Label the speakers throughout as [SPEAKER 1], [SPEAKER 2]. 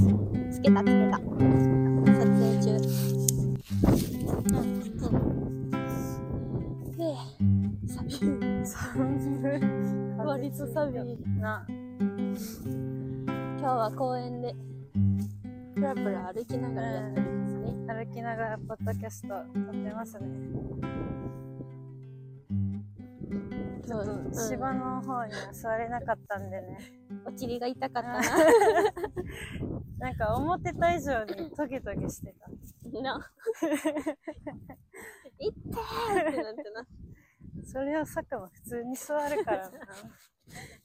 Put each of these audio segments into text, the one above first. [SPEAKER 1] けたつけた撮影中でサビ
[SPEAKER 2] 三十分
[SPEAKER 1] 割とサビな今日は公園でプラプラ歩きながらやってるんですね
[SPEAKER 2] 歩きながらポッドキャスト撮ってますねちょっ
[SPEAKER 1] うん
[SPEAKER 2] と芝の方には座れなかったんでね
[SPEAKER 1] お尻が痛かったな
[SPEAKER 2] なんか思ってた以上にトゲトゲしてた
[SPEAKER 1] な痛ーってなってな
[SPEAKER 2] それを佐久間普通に座るからな
[SPEAKER 1] い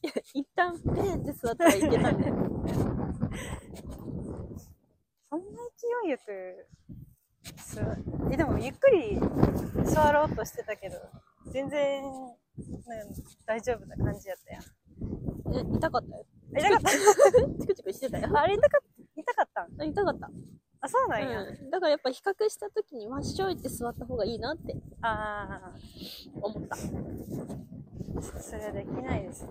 [SPEAKER 1] や一旦ペーって座ったらいけたね
[SPEAKER 2] そんな勢いよく座えでもゆっくり座ろうとしてたけど全然なんか大丈夫な感じやったやん
[SPEAKER 1] え痛かったよ
[SPEAKER 2] あ痛か った
[SPEAKER 1] チクチクしてたよ
[SPEAKER 2] あれ痛かった痛かったん
[SPEAKER 1] あ痛かった
[SPEAKER 2] あそうなんや、
[SPEAKER 1] うん、だからやっぱ比較した時に真っ正直って座った方がいいなって
[SPEAKER 2] ああ
[SPEAKER 1] 思った
[SPEAKER 2] それはできないですね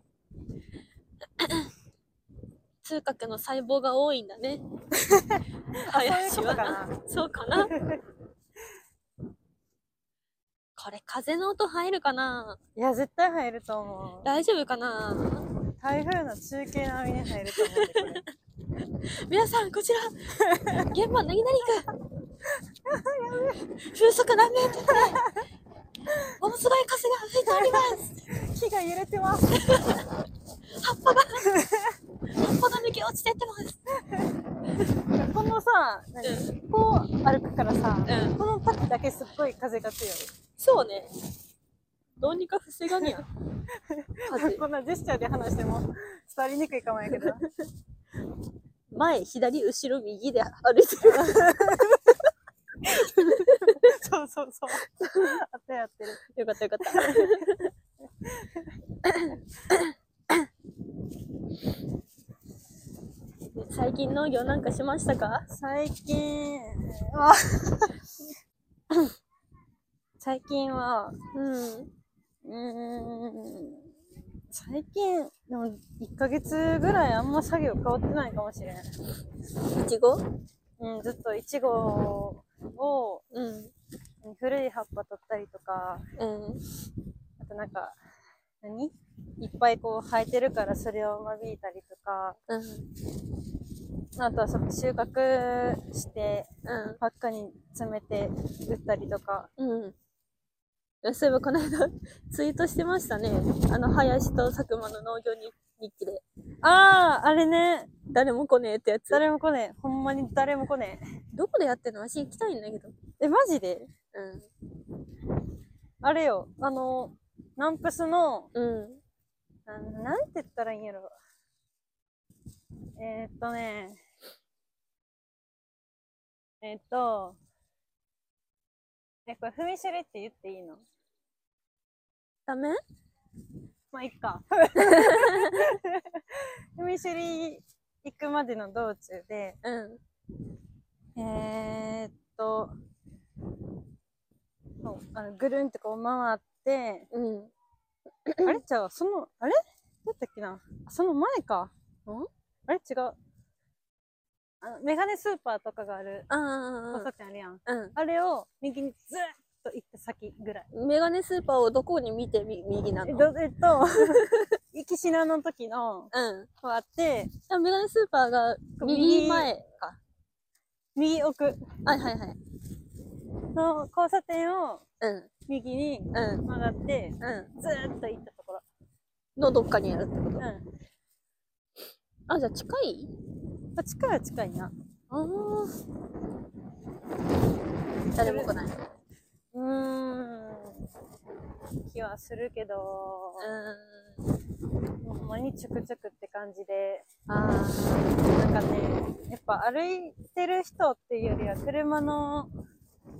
[SPEAKER 1] 痛覚の細胞が多いんだ ね林はなそうかなこれ風の音入るかない
[SPEAKER 2] や絶対入ると思
[SPEAKER 1] 大丈夫かな
[SPEAKER 2] う台風の中継の網に入ると思うんでこれ
[SPEAKER 1] 皆さんこちら現場何々区風速何メートルでものすごい風が吹いております
[SPEAKER 2] 木が揺れてます
[SPEAKER 1] 葉っぱが葉っぱが抜け落ちてってます
[SPEAKER 2] このさ何
[SPEAKER 1] う
[SPEAKER 2] こう歩くからさ、
[SPEAKER 1] うん
[SPEAKER 2] この時だけすっごい風が強い
[SPEAKER 1] そうねどうにか防がにゃ風
[SPEAKER 2] こんなジェスチャーで話しても伝わりにくいかもやけ ど
[SPEAKER 1] 前、左、後ろ、右で歩いてる。
[SPEAKER 2] そうそう そうあってやってる
[SPEAKER 1] よかったよかった。 最近農業なんかしましたか
[SPEAKER 2] 最近は 最近は
[SPEAKER 1] うん。
[SPEAKER 2] うーん最近でも1ヶ月ぐらいあんま作業変わってないかもしれん、
[SPEAKER 1] いちご
[SPEAKER 2] うん、ずっといちごを
[SPEAKER 1] うん。
[SPEAKER 2] 古い葉っぱ取ったりとか
[SPEAKER 1] うん。
[SPEAKER 2] あとなんか、何いっぱいこう生えてるからそれを間引いたりとか、
[SPEAKER 1] うん。
[SPEAKER 2] あとはその収穫して、
[SPEAKER 1] う
[SPEAKER 2] パックに詰めて売ったりとか。
[SPEAKER 1] ん。うん。そういえばこの間、ツイートしてましたね。あの、林と佐久間の農業に日記で。
[SPEAKER 2] ああ、あれね。
[SPEAKER 1] 誰も来ねえってやつ。
[SPEAKER 2] 誰も来ねえ。ほんまに誰も来ね
[SPEAKER 1] どこでやってんの私行きたいんだけど。
[SPEAKER 2] え。え、マジであれよ。あの、ナンプスの、
[SPEAKER 1] うん。うん。
[SPEAKER 2] ななんて言ったらいいんやろ。えー、っとね。えー、っと。え、これ、踏みしりって言っていいの
[SPEAKER 1] ダメ
[SPEAKER 2] まあ、いっか。 海処理行くまでの道中で、
[SPEAKER 1] うん。
[SPEAKER 2] えー、っと、そうあのぐるんとこう回って、
[SPEAKER 1] うん。
[SPEAKER 2] あれちゃう、その、あれどうやったっけなあその前か。んあれ違う。あの、メガネスーパーとかがある
[SPEAKER 1] あ
[SPEAKER 2] 交
[SPEAKER 1] あ
[SPEAKER 2] 差点あるやん。
[SPEAKER 1] あ、う
[SPEAKER 2] あれを右にずーっと行った先ぐらい。
[SPEAKER 1] ん。メガネスーパーをどこに見てみ右な
[SPEAKER 2] えっ
[SPEAKER 1] の
[SPEAKER 2] と、えっと、 行きしなの時の、
[SPEAKER 1] うん
[SPEAKER 2] こうあって、
[SPEAKER 1] あ。メガネスーパーが右前か。
[SPEAKER 2] 右奥
[SPEAKER 1] はいはいはい。
[SPEAKER 2] の交差点を
[SPEAKER 1] うん。
[SPEAKER 2] 右に
[SPEAKER 1] う
[SPEAKER 2] 曲がって、
[SPEAKER 1] ん。う
[SPEAKER 2] ずーっと行ったところ。
[SPEAKER 1] ん。のどっかにあるってこと。
[SPEAKER 2] う
[SPEAKER 1] あ、じゃあ近い
[SPEAKER 2] ん。あ、近いは近いな。
[SPEAKER 1] ああ。誰も来ない。
[SPEAKER 2] うーん。気はするけど、
[SPEAKER 1] う
[SPEAKER 2] ほんまにちょくちょくって感じで、
[SPEAKER 1] ん。あ
[SPEAKER 2] なんかね、やっぱ歩いてる人っていうよりは、車の、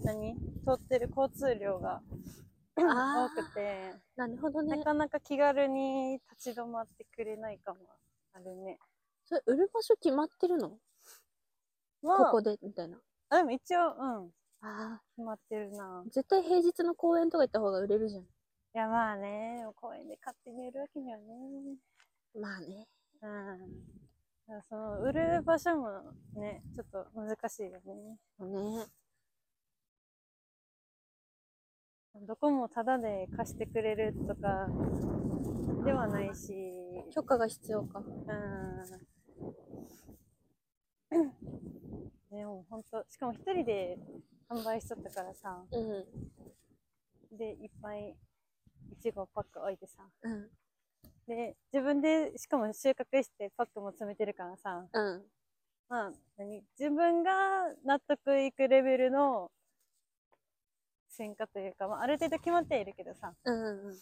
[SPEAKER 2] 何通ってる交通量が
[SPEAKER 1] あ
[SPEAKER 2] 多くて、
[SPEAKER 1] あ。なるほど
[SPEAKER 2] な
[SPEAKER 1] ね。
[SPEAKER 2] かなか気軽に立ち止まってくれないかも。あるね。
[SPEAKER 1] それ売る場所決まってるの
[SPEAKER 2] まあ、
[SPEAKER 1] ここでみたいな。
[SPEAKER 2] あでも一応、うん、
[SPEAKER 1] ああ。
[SPEAKER 2] 決まってるな。
[SPEAKER 1] 絶対平日の公園とか行った方が売れるじゃん。
[SPEAKER 2] いやまあね、でも公園で勝手にやるわけにはね。
[SPEAKER 1] まあね。
[SPEAKER 2] うん。からその売る場所もね、ちょっと難しいよね。
[SPEAKER 1] ね。
[SPEAKER 2] どこもタダで貸してくれるとかではないし、
[SPEAKER 1] 許可が必要か。
[SPEAKER 2] うん。ね、もう本当、しかも一人で販売しとったからさ、
[SPEAKER 1] うん。
[SPEAKER 2] で、いっぱい、いちごパック置いてさ、
[SPEAKER 1] うん。
[SPEAKER 2] で、自分で、しかも収穫してパックも詰めてるからさ、
[SPEAKER 1] うん。
[SPEAKER 2] まあ、何自分が納得いくレベルの選果というか、まあ、ある程度決まってはいるけどさ、
[SPEAKER 1] うん。うん。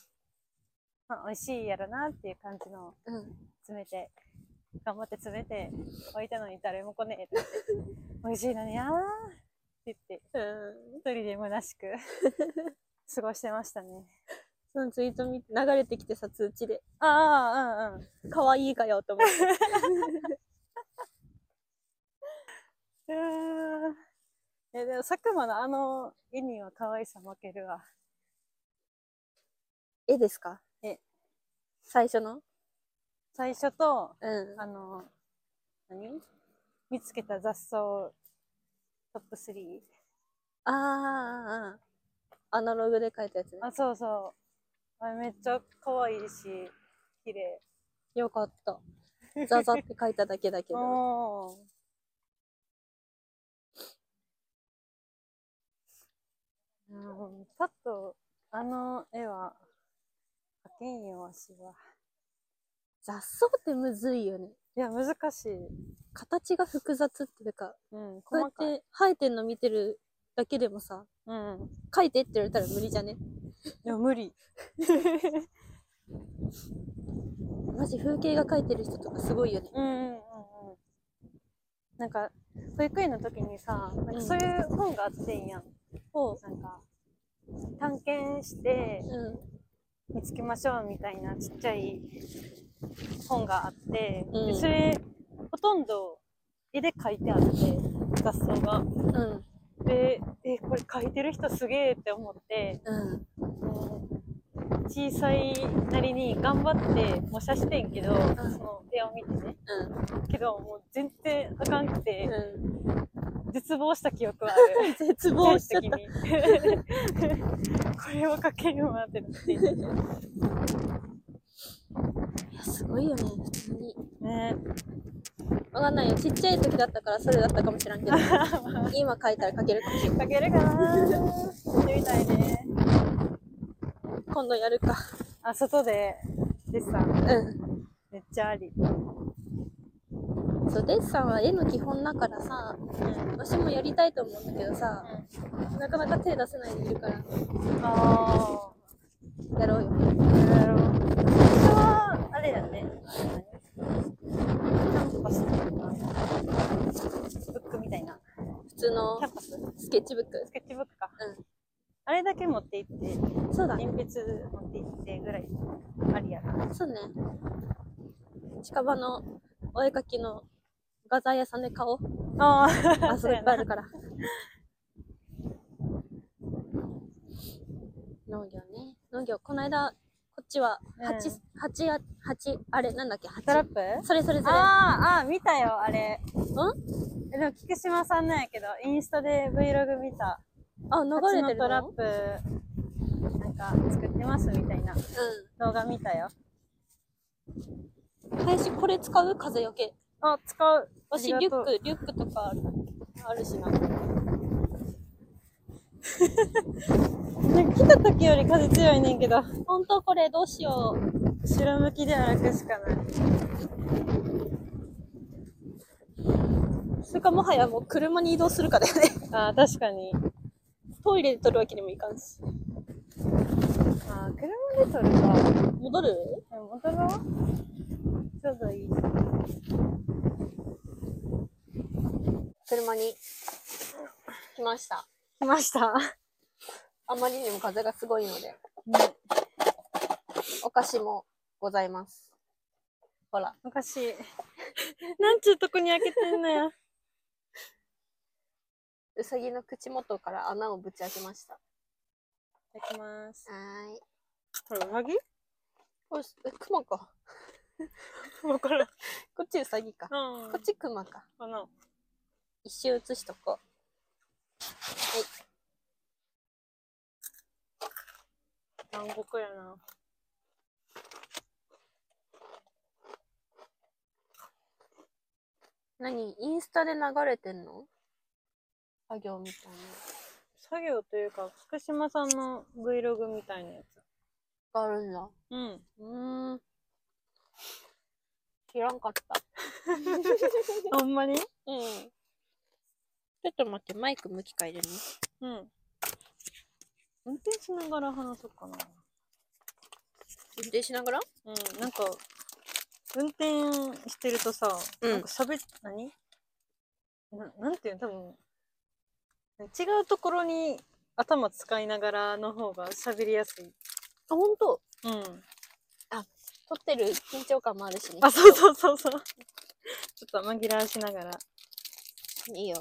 [SPEAKER 2] まあ、美味しいやろなっていう感じの
[SPEAKER 1] うん。
[SPEAKER 2] 詰めて、頑張って詰めて、置いたのに誰も来ねえって言って。美味しいのにやーって言って、一人で虚しく過ごしてましたね。
[SPEAKER 1] そのツイート見流れてきてさ、通知で。
[SPEAKER 2] ああ、うんうん。
[SPEAKER 1] 可愛いかよと思って。
[SPEAKER 2] うーんえでも佐久間のあの絵には可愛さ負けるわ。
[SPEAKER 1] 絵ですか
[SPEAKER 2] 絵。
[SPEAKER 1] 最初の
[SPEAKER 2] 最初と、
[SPEAKER 1] うん。
[SPEAKER 2] あの、何見つけた雑草トップ3。
[SPEAKER 1] ああー、アナログで描いたやつね。
[SPEAKER 2] あ、そうそう。あれめっちゃ可愛いし、綺麗。
[SPEAKER 1] よかった。 ザザって書いただけだ けど。
[SPEAKER 2] おーうん、パッと、あの絵は、描けんよ、わしは。
[SPEAKER 1] 雑草ってむずいよね。
[SPEAKER 2] いや、難しい。
[SPEAKER 1] 形が複雑っていうか、
[SPEAKER 2] うん、
[SPEAKER 1] こうや
[SPEAKER 2] 細
[SPEAKER 1] っ
[SPEAKER 2] かい。
[SPEAKER 1] て生えてんの見てるだけでもさ、
[SPEAKER 2] うん。
[SPEAKER 1] 書いてって言われたら無理じゃね
[SPEAKER 2] いや、無理。
[SPEAKER 1] マジ風景が描いてる人とかすごいよね。
[SPEAKER 2] うんうんうんうん。なんか、保育園の時にさ、なんかそういう本があってんやん。
[SPEAKER 1] ほう。
[SPEAKER 2] なんか、探検して
[SPEAKER 1] うん。
[SPEAKER 2] 見つけましょうみたいなちっちゃい本があって、
[SPEAKER 1] う
[SPEAKER 2] で
[SPEAKER 1] ん
[SPEAKER 2] それ、ほとんど絵で描いてあって、雑草が。
[SPEAKER 1] うん。
[SPEAKER 2] で、え、これ描いてる人すげえって思って、
[SPEAKER 1] うん。
[SPEAKER 2] 小さいなりに頑張って模写してんけど、その絵を見てね。
[SPEAKER 1] うん。
[SPEAKER 2] けど、もう全然あかんくて、
[SPEAKER 1] う
[SPEAKER 2] 絶望した記憶はある。
[SPEAKER 1] ん。 絶望しちゃっ
[SPEAKER 2] ち
[SPEAKER 1] た。
[SPEAKER 2] っちゃい時に これは書けるわってなって。
[SPEAKER 1] いや、すごいよね、普通に。
[SPEAKER 2] ね
[SPEAKER 1] わかんないよ。ちっちゃい時だったからそれだったかもしらん けど、今描いたら描けるかもしれん。
[SPEAKER 2] 書けるかな やってみたいね。
[SPEAKER 1] 今度やるか。
[SPEAKER 2] あ、外で、デッサン、
[SPEAKER 1] う
[SPEAKER 2] めっちゃあり。
[SPEAKER 1] ん。そう、デッサンは絵の基本だからさ、私もやりたいと思うんだけどさ、なかなか手出せないでいるから、
[SPEAKER 2] あ
[SPEAKER 1] やろうよ。
[SPEAKER 2] あ、なるほど。最初は、あれだね。何キャンパスとか、ブックみたいな。
[SPEAKER 1] 普通の
[SPEAKER 2] キャンパス
[SPEAKER 1] スケッチブック
[SPEAKER 2] ス。ケッチブックか。
[SPEAKER 1] うん
[SPEAKER 2] あれだけ持って行って、
[SPEAKER 1] そうだね。
[SPEAKER 2] 鉛筆持って行ってぐらいありやな。
[SPEAKER 1] そうね。近場のお絵描きの画材屋さんで買おう。
[SPEAKER 2] あ
[SPEAKER 1] あ
[SPEAKER 2] あ、
[SPEAKER 1] そこいっぱいあるから。農業ね。農業、この間、こっちは、
[SPEAKER 2] う
[SPEAKER 1] 蜂
[SPEAKER 2] ん、
[SPEAKER 1] 蜂、あ蜂、あれ、なんだっけ、
[SPEAKER 2] トラッ
[SPEAKER 1] 蜂。
[SPEAKER 2] プ
[SPEAKER 1] それそれそれ。
[SPEAKER 2] あーあー、見たよ、あれ。
[SPEAKER 1] ん
[SPEAKER 2] えでも、菊島さんなんやけど、インスタで Vlog 見た。
[SPEAKER 1] あ、流れて
[SPEAKER 2] 蜂の
[SPEAKER 1] る
[SPEAKER 2] トラッ
[SPEAKER 1] の
[SPEAKER 2] プ、なんか作ってますみたいな動画見たよ。
[SPEAKER 1] うん。林、これ使う風よけ。
[SPEAKER 2] あ、使う。
[SPEAKER 1] 私、
[SPEAKER 2] あ
[SPEAKER 1] リュ
[SPEAKER 2] り
[SPEAKER 1] ッ
[SPEAKER 2] がとう
[SPEAKER 1] ク、リュックとかあるあるしな。
[SPEAKER 2] なんか来た時より風強いねんけど、
[SPEAKER 1] ほんとこれ、どうしよう。
[SPEAKER 2] 後ろ向きで歩くしかない。
[SPEAKER 1] それか、もはやもう車に移動するかだよね。
[SPEAKER 2] ああ、確かに。
[SPEAKER 1] トイレで撮るわけにもいかんし。
[SPEAKER 2] ああ、車で撮るか。
[SPEAKER 1] 戻る
[SPEAKER 2] でも本当だわちょうどいい。
[SPEAKER 1] 車に来ました。
[SPEAKER 2] 来ました。
[SPEAKER 1] あまりにも風がすごいので、
[SPEAKER 2] ね、
[SPEAKER 1] お菓子もございます。ほら。
[SPEAKER 2] おかしい。 なんちゅうとこに開けてんのや。
[SPEAKER 1] うさぎの口元から穴をぶち開けました。
[SPEAKER 2] いただきます。
[SPEAKER 1] はーい。
[SPEAKER 2] これ、うさぎ
[SPEAKER 1] これ、え、熊か。
[SPEAKER 2] わからん。
[SPEAKER 1] こっちウサギか。
[SPEAKER 2] うん。
[SPEAKER 1] こっちクマか。
[SPEAKER 2] かな。
[SPEAKER 1] 一周写しとこ
[SPEAKER 2] 南国やな。
[SPEAKER 1] う。何インスタで流れてんの作業みたいな。
[SPEAKER 2] 作業というか、福島さんの Vlog みたいなやつ。
[SPEAKER 1] があるんだ。
[SPEAKER 2] うん。
[SPEAKER 1] うーん。知らんかった。
[SPEAKER 2] あんまり
[SPEAKER 1] うん。ちょっと待って、マイク向き変えるね。
[SPEAKER 2] うん。運転しながら話そうかな。
[SPEAKER 1] 運転しながら
[SPEAKER 2] うん、なんか、運転してるとさ、
[SPEAKER 1] うん
[SPEAKER 2] なんか喋っ、何ななんていうの多分、違うところに頭使いながらの方が喋りやすい。
[SPEAKER 1] あ、ほんと
[SPEAKER 2] うん。
[SPEAKER 1] 撮ってる緊張感もあるしね。
[SPEAKER 2] あ、そうそうそうそう。ちょっと紛らわしながら。
[SPEAKER 1] う。いいよ。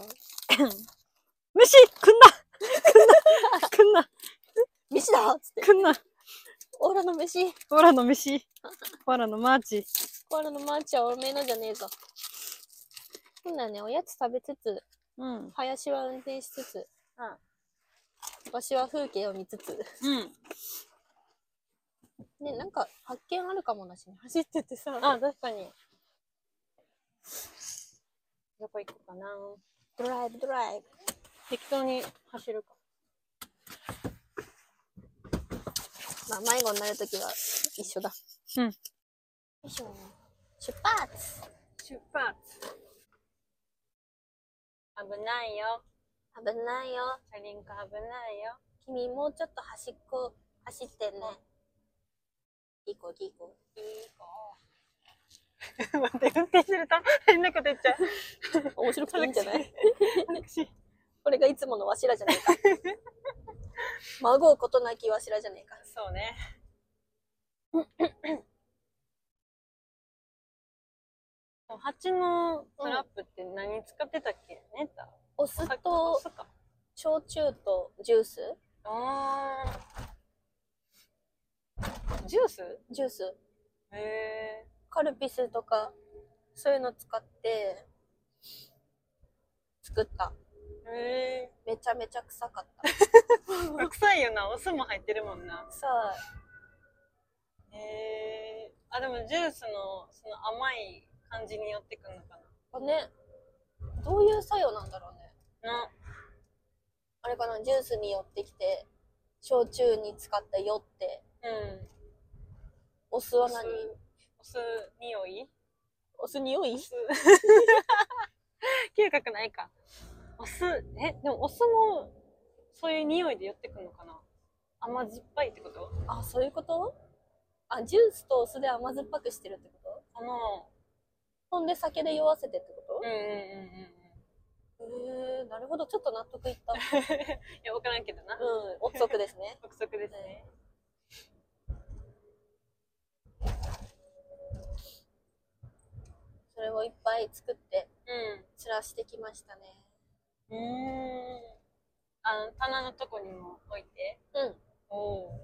[SPEAKER 2] 虫くんなくんな
[SPEAKER 1] 飯だっつって。
[SPEAKER 2] くんなくんな
[SPEAKER 1] オーラの飯。
[SPEAKER 2] オラの虫オラのマーチ。
[SPEAKER 1] コアラのマーチはおめえのじゃねえぞ。ほんならね、おやつ食べつつ、
[SPEAKER 2] うん。
[SPEAKER 1] 林は運転しつつ、
[SPEAKER 2] あ
[SPEAKER 1] わしは風景を見つつ。
[SPEAKER 2] うん。
[SPEAKER 1] ね、なんか発見あるかもなしね。
[SPEAKER 2] 走っててさ。あ、確かに。どこ行こうかな。
[SPEAKER 1] ドライブドライブ。
[SPEAKER 2] 適当に走るか。
[SPEAKER 1] まあ、迷子になるときは一緒だ。
[SPEAKER 2] うん
[SPEAKER 1] よいしょ。出発
[SPEAKER 2] 出発。危ないよ。
[SPEAKER 1] 危ないよ。
[SPEAKER 2] チャリンコ危ないよ。
[SPEAKER 1] 君、もうちょっと端っこ走ってね。ギコギコ。ギ
[SPEAKER 2] 待って、運転すると変なこと言っちゃう。
[SPEAKER 1] コ。面白くていいんじゃ ない
[SPEAKER 2] 私、
[SPEAKER 1] これがいつものわしらじゃね えか。まごうことなきわしらじゃねえか。
[SPEAKER 2] そう ね。蜂のトラップって何使ってたっけねた。
[SPEAKER 1] お酢
[SPEAKER 2] さっき
[SPEAKER 1] と
[SPEAKER 2] そっか。
[SPEAKER 1] 焼酎とジュース
[SPEAKER 2] あージュース
[SPEAKER 1] ジュース
[SPEAKER 2] へえ。
[SPEAKER 1] カルピスとかそういうの使って作った
[SPEAKER 2] へえ。
[SPEAKER 1] めちゃめちゃ臭かった
[SPEAKER 2] 臭いよな、お酢も入ってるもんな。
[SPEAKER 1] 臭
[SPEAKER 2] へえ。あ、でもジュースのその甘い感じによってくるのか
[SPEAKER 1] いねどういう作用なんだろうね
[SPEAKER 2] な。な。
[SPEAKER 1] あれかなジュースに寄ってきて焼酎に使った酔って
[SPEAKER 2] うん。
[SPEAKER 1] お酢は何
[SPEAKER 2] お酢匂い
[SPEAKER 1] お酢匂い
[SPEAKER 2] お酢嗅覚ないか。お酢、え、でもお酢もそういう匂いで寄ってくるのかな甘酸っぱいってこと
[SPEAKER 1] あそういうことあジュースとお酢で甘酸っぱくしてるってこと
[SPEAKER 2] かな
[SPEAKER 1] ほんで酒で酔わせてってこ
[SPEAKER 2] うんうんうんうん。
[SPEAKER 1] とへえなるほどちょっと納得いったうん
[SPEAKER 2] いや、わからんけどな。
[SPEAKER 1] 憶測ですね
[SPEAKER 2] 憶測ですね。
[SPEAKER 1] それをいっぱい作って
[SPEAKER 2] うん。
[SPEAKER 1] 散らしてきましたね
[SPEAKER 2] うーん。あの、棚のとこにも置いて。
[SPEAKER 1] うん
[SPEAKER 2] おお。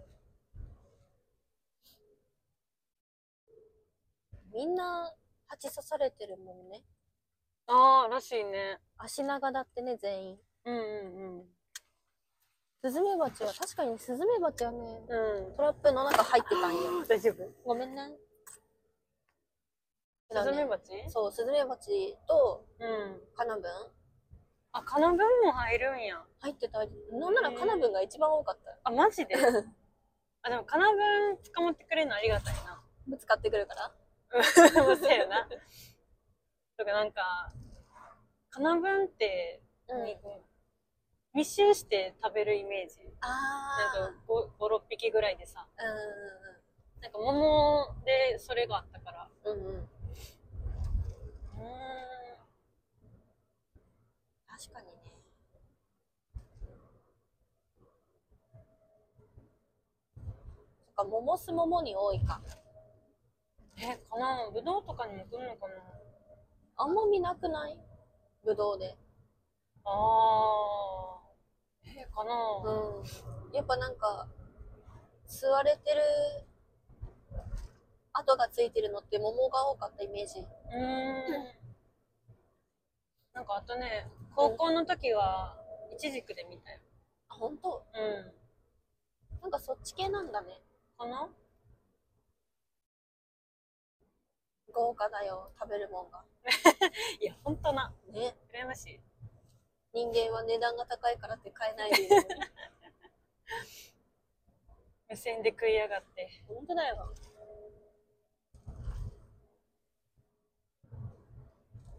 [SPEAKER 1] みんな蜂刺されてるもんね
[SPEAKER 2] ああ、らしいね。
[SPEAKER 1] 足長だってね全員
[SPEAKER 2] うんうんうん。
[SPEAKER 1] スズメバチは確かにスズメバチはね
[SPEAKER 2] う
[SPEAKER 1] トラップの中入ってたんよ
[SPEAKER 2] ん。大丈夫
[SPEAKER 1] ごめんね
[SPEAKER 2] スズメバチ
[SPEAKER 1] そうスズメバチと
[SPEAKER 2] うん。
[SPEAKER 1] カナブン
[SPEAKER 2] あ、カナブンも入るんや。
[SPEAKER 1] 入ってたなんならカナブンが一番多かった
[SPEAKER 2] あ、マ ジであ、でもカナブン捕まってくれるのありがたい な。
[SPEAKER 1] ぶつかってくるから
[SPEAKER 2] うんそうやな。とかなんか、カナブンって、
[SPEAKER 1] うん
[SPEAKER 2] 密集して食べるイメージ。な
[SPEAKER 1] あ
[SPEAKER 2] んか5、6匹ぐらいでさ。
[SPEAKER 1] あ
[SPEAKER 2] なんか桃でそれがあったから。
[SPEAKER 1] うんうんうんうんうん
[SPEAKER 2] うーん。
[SPEAKER 1] 確かにねそっかモモスモモに多いか
[SPEAKER 2] え、かなぶどうとかにも来るのかな
[SPEAKER 1] あんま見なくないぶどうで
[SPEAKER 2] あー。え、かな
[SPEAKER 1] うんやっぱなんか吸われてる跡がついてるのって桃が多かったイメージ
[SPEAKER 2] うーんなんかあとね高校の時はイチジクで見たよ
[SPEAKER 1] あ本当
[SPEAKER 2] うん
[SPEAKER 1] なんかそっち系なんだね
[SPEAKER 2] かな
[SPEAKER 1] 豪華だよ食べるもんが
[SPEAKER 2] いやほんとな
[SPEAKER 1] ね
[SPEAKER 2] 羨ましい
[SPEAKER 1] 人間は値段が高いからって買えないでいるのに
[SPEAKER 2] 無線で食いやがって
[SPEAKER 1] 本当だよ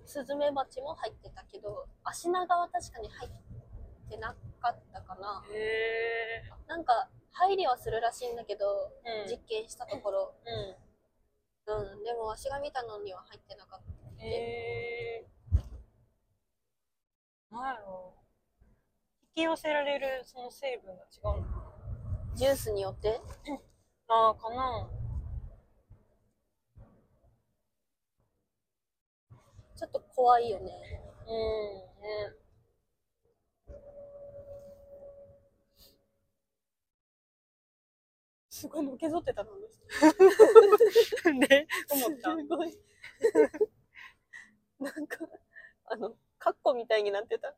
[SPEAKER 1] スズメバチも入ってたけど足長は確かに入ってなかったかな
[SPEAKER 2] へえ
[SPEAKER 1] なんか配慮はするらしいんだけど、
[SPEAKER 2] うん
[SPEAKER 1] 実験したところ
[SPEAKER 2] う
[SPEAKER 1] うんでもわしが見たのには入ってなかった
[SPEAKER 2] んへえなんやろ引き寄せられるその成分が違うのか
[SPEAKER 1] ジュースによって
[SPEAKER 2] なあーかな
[SPEAKER 1] ちょっと怖いよね
[SPEAKER 2] うんね
[SPEAKER 1] すごいのけぞってたのあの人
[SPEAKER 2] で思った。
[SPEAKER 1] すごいなんかあのカッコみたいになってた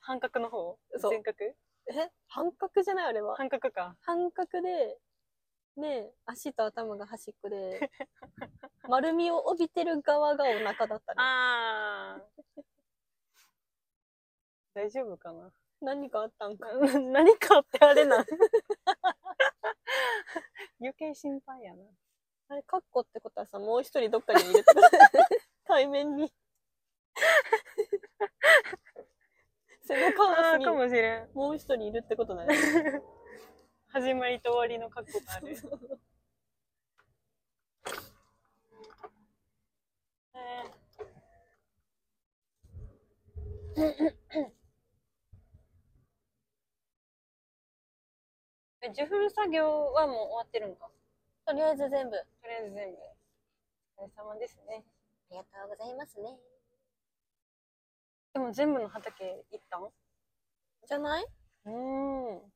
[SPEAKER 2] 半角の方
[SPEAKER 1] そう
[SPEAKER 2] 全角
[SPEAKER 1] え半角じゃないあれは
[SPEAKER 2] 半角か。
[SPEAKER 1] 半角でね足と頭が端っこ で丸みを帯びてる側がお腹だったね
[SPEAKER 2] ああ。大丈夫かな
[SPEAKER 1] 何かあったんか
[SPEAKER 2] な 何かってあれなん 余計心配やな。
[SPEAKER 1] あれカッコってことはさもう一人どっかにいるってこと 対面に背中を
[SPEAKER 2] あ
[SPEAKER 1] 過
[SPEAKER 2] あ、
[SPEAKER 1] ぎ
[SPEAKER 2] か
[SPEAKER 1] る
[SPEAKER 2] もしれん。
[SPEAKER 1] もう一人いるってことだよね
[SPEAKER 2] 始まりと終わりの過去がある。えーえ、受粉作業はもう終わってるんか
[SPEAKER 1] とりあえず全部あ
[SPEAKER 2] とりあえず全部。お疲れ様ですね。
[SPEAKER 1] りがとうございますね
[SPEAKER 2] でも全部の畑行ったん
[SPEAKER 1] じゃないう
[SPEAKER 2] ーん。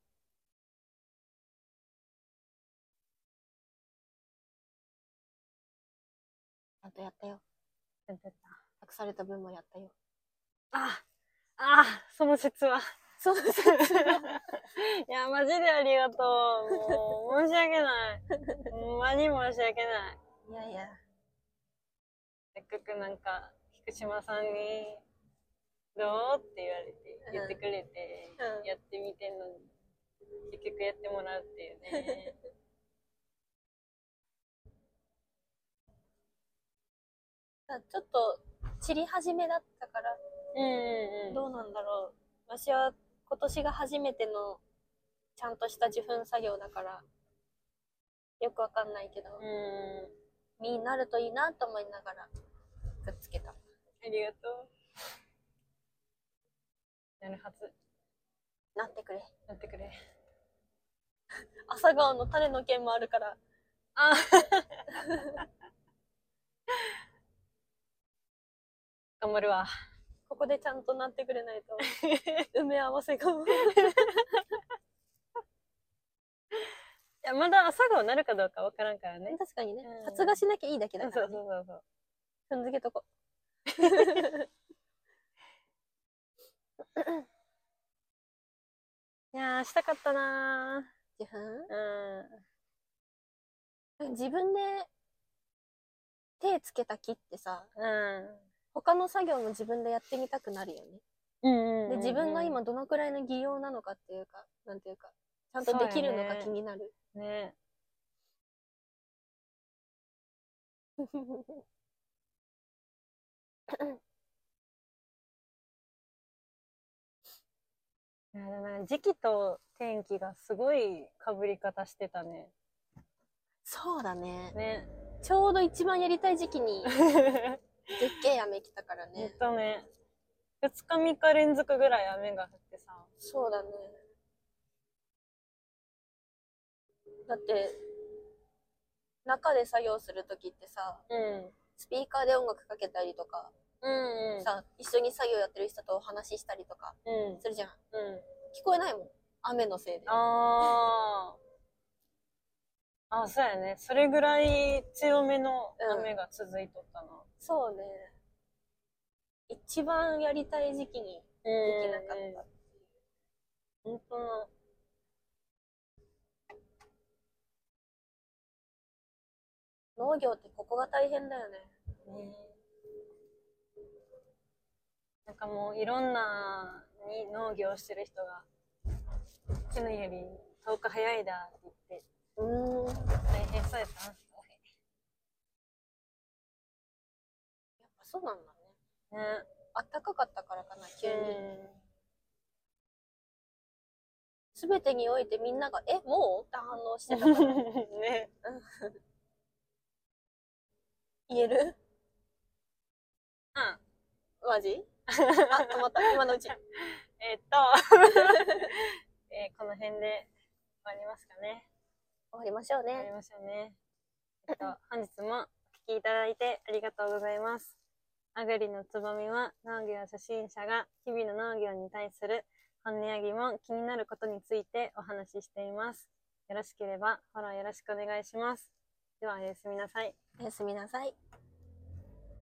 [SPEAKER 1] ちゃんとやったよ
[SPEAKER 2] なんてやった
[SPEAKER 1] 託された分もやったよ
[SPEAKER 2] ああ、その説は。
[SPEAKER 1] そう
[SPEAKER 2] いや、マジでありがとう。もう、申し訳ない。ほんまに申し訳な
[SPEAKER 1] いや
[SPEAKER 2] い。
[SPEAKER 1] いや
[SPEAKER 2] せっかくなんか、菊島さんに、どうって言われて、言ってくれて、
[SPEAKER 1] うんうん
[SPEAKER 2] やってみてんのに、結局やってもらうってい うね。
[SPEAKER 1] ちょっと散り始めだったから
[SPEAKER 2] うんうんうん。
[SPEAKER 1] どうなんだろう私は今年が初めてのちゃんとした受粉作業だからよくわかんないけど、
[SPEAKER 2] うん。
[SPEAKER 1] 実になるといいなと思いながらくっつけた
[SPEAKER 2] ありがとう。なるはず。
[SPEAKER 1] なってくれ
[SPEAKER 2] なってくれ。
[SPEAKER 1] 朝顔の種の件もあるから
[SPEAKER 2] あ頑張るわ。
[SPEAKER 1] ここでちゃんとなってくれないと埋め合わせが
[SPEAKER 2] いや、まだ朝顔なるかどうかわからんからね。
[SPEAKER 1] 確かにね
[SPEAKER 2] うん
[SPEAKER 1] 発芽しなきゃいいだけ
[SPEAKER 2] そ
[SPEAKER 1] だ
[SPEAKER 2] う
[SPEAKER 1] か
[SPEAKER 2] そう
[SPEAKER 1] ら、ね、
[SPEAKER 2] そうそう。
[SPEAKER 1] 踏んづけとこ
[SPEAKER 2] いやー、したかったな
[SPEAKER 1] 受粉
[SPEAKER 2] ー。うん。
[SPEAKER 1] 自分で手つけた木ってさ
[SPEAKER 2] うん。
[SPEAKER 1] 他の作業も自分でやってみたくなるよね
[SPEAKER 2] うんうん
[SPEAKER 1] で自分が今どのくらいの技量なのかっていうかなんていうかちゃんとできるのか気になる、
[SPEAKER 2] ねいやでもね時期と天気がすごいかぶり方してたね
[SPEAKER 1] そうだね
[SPEAKER 2] ね
[SPEAKER 1] ちょうど一番やりたい時期にでっけえ雨来たから
[SPEAKER 2] ほん
[SPEAKER 1] ね
[SPEAKER 2] とね2日3日連続ぐらい雨が降ってさ
[SPEAKER 1] そうだねだって中で作業する時ってさ
[SPEAKER 2] うん
[SPEAKER 1] スピーカーで音楽かけたりとか、
[SPEAKER 2] うんうん
[SPEAKER 1] さ一緒に作業やってる人とお話ししたりとか
[SPEAKER 2] うん
[SPEAKER 1] するじゃん
[SPEAKER 2] うん
[SPEAKER 1] 聞こえないもん雨のせいで
[SPEAKER 2] ああ、そうやね。それぐらい強めの雨が続いとったな。
[SPEAKER 1] そうね。一番やりたい時期に
[SPEAKER 2] で
[SPEAKER 1] できなかった。
[SPEAKER 2] 本当の。
[SPEAKER 1] 農業ってここが大変だよね。
[SPEAKER 2] ねなんかもういろんなに農業をしてる人が去年より10日早いだって言って
[SPEAKER 1] うん。やっ
[SPEAKER 2] 大変そうやったな
[SPEAKER 1] ぱそうなんだね。
[SPEAKER 2] ね
[SPEAKER 1] 暖かかったからかな、急
[SPEAKER 2] 急
[SPEAKER 1] に。
[SPEAKER 2] に
[SPEAKER 1] すべてにおいてみんなが、え、もうって反応してたから
[SPEAKER 2] ね
[SPEAKER 1] 言える
[SPEAKER 2] うん
[SPEAKER 1] マ ジあ、止まった。今のうち。
[SPEAKER 2] えーっと、 えーこの辺で終わりますかね
[SPEAKER 1] 終わりましょう
[SPEAKER 2] 終わ
[SPEAKER 1] ね
[SPEAKER 2] り。ましょうねえっと本日もお聞きいただいてありがとうございますアグリのつぼみは農業初心者が日々の農業に対する本音や疑問気になることについてお話ししていますよろしければフォローよろしくお願いしますではおやすみなさい
[SPEAKER 1] おやすみなさい。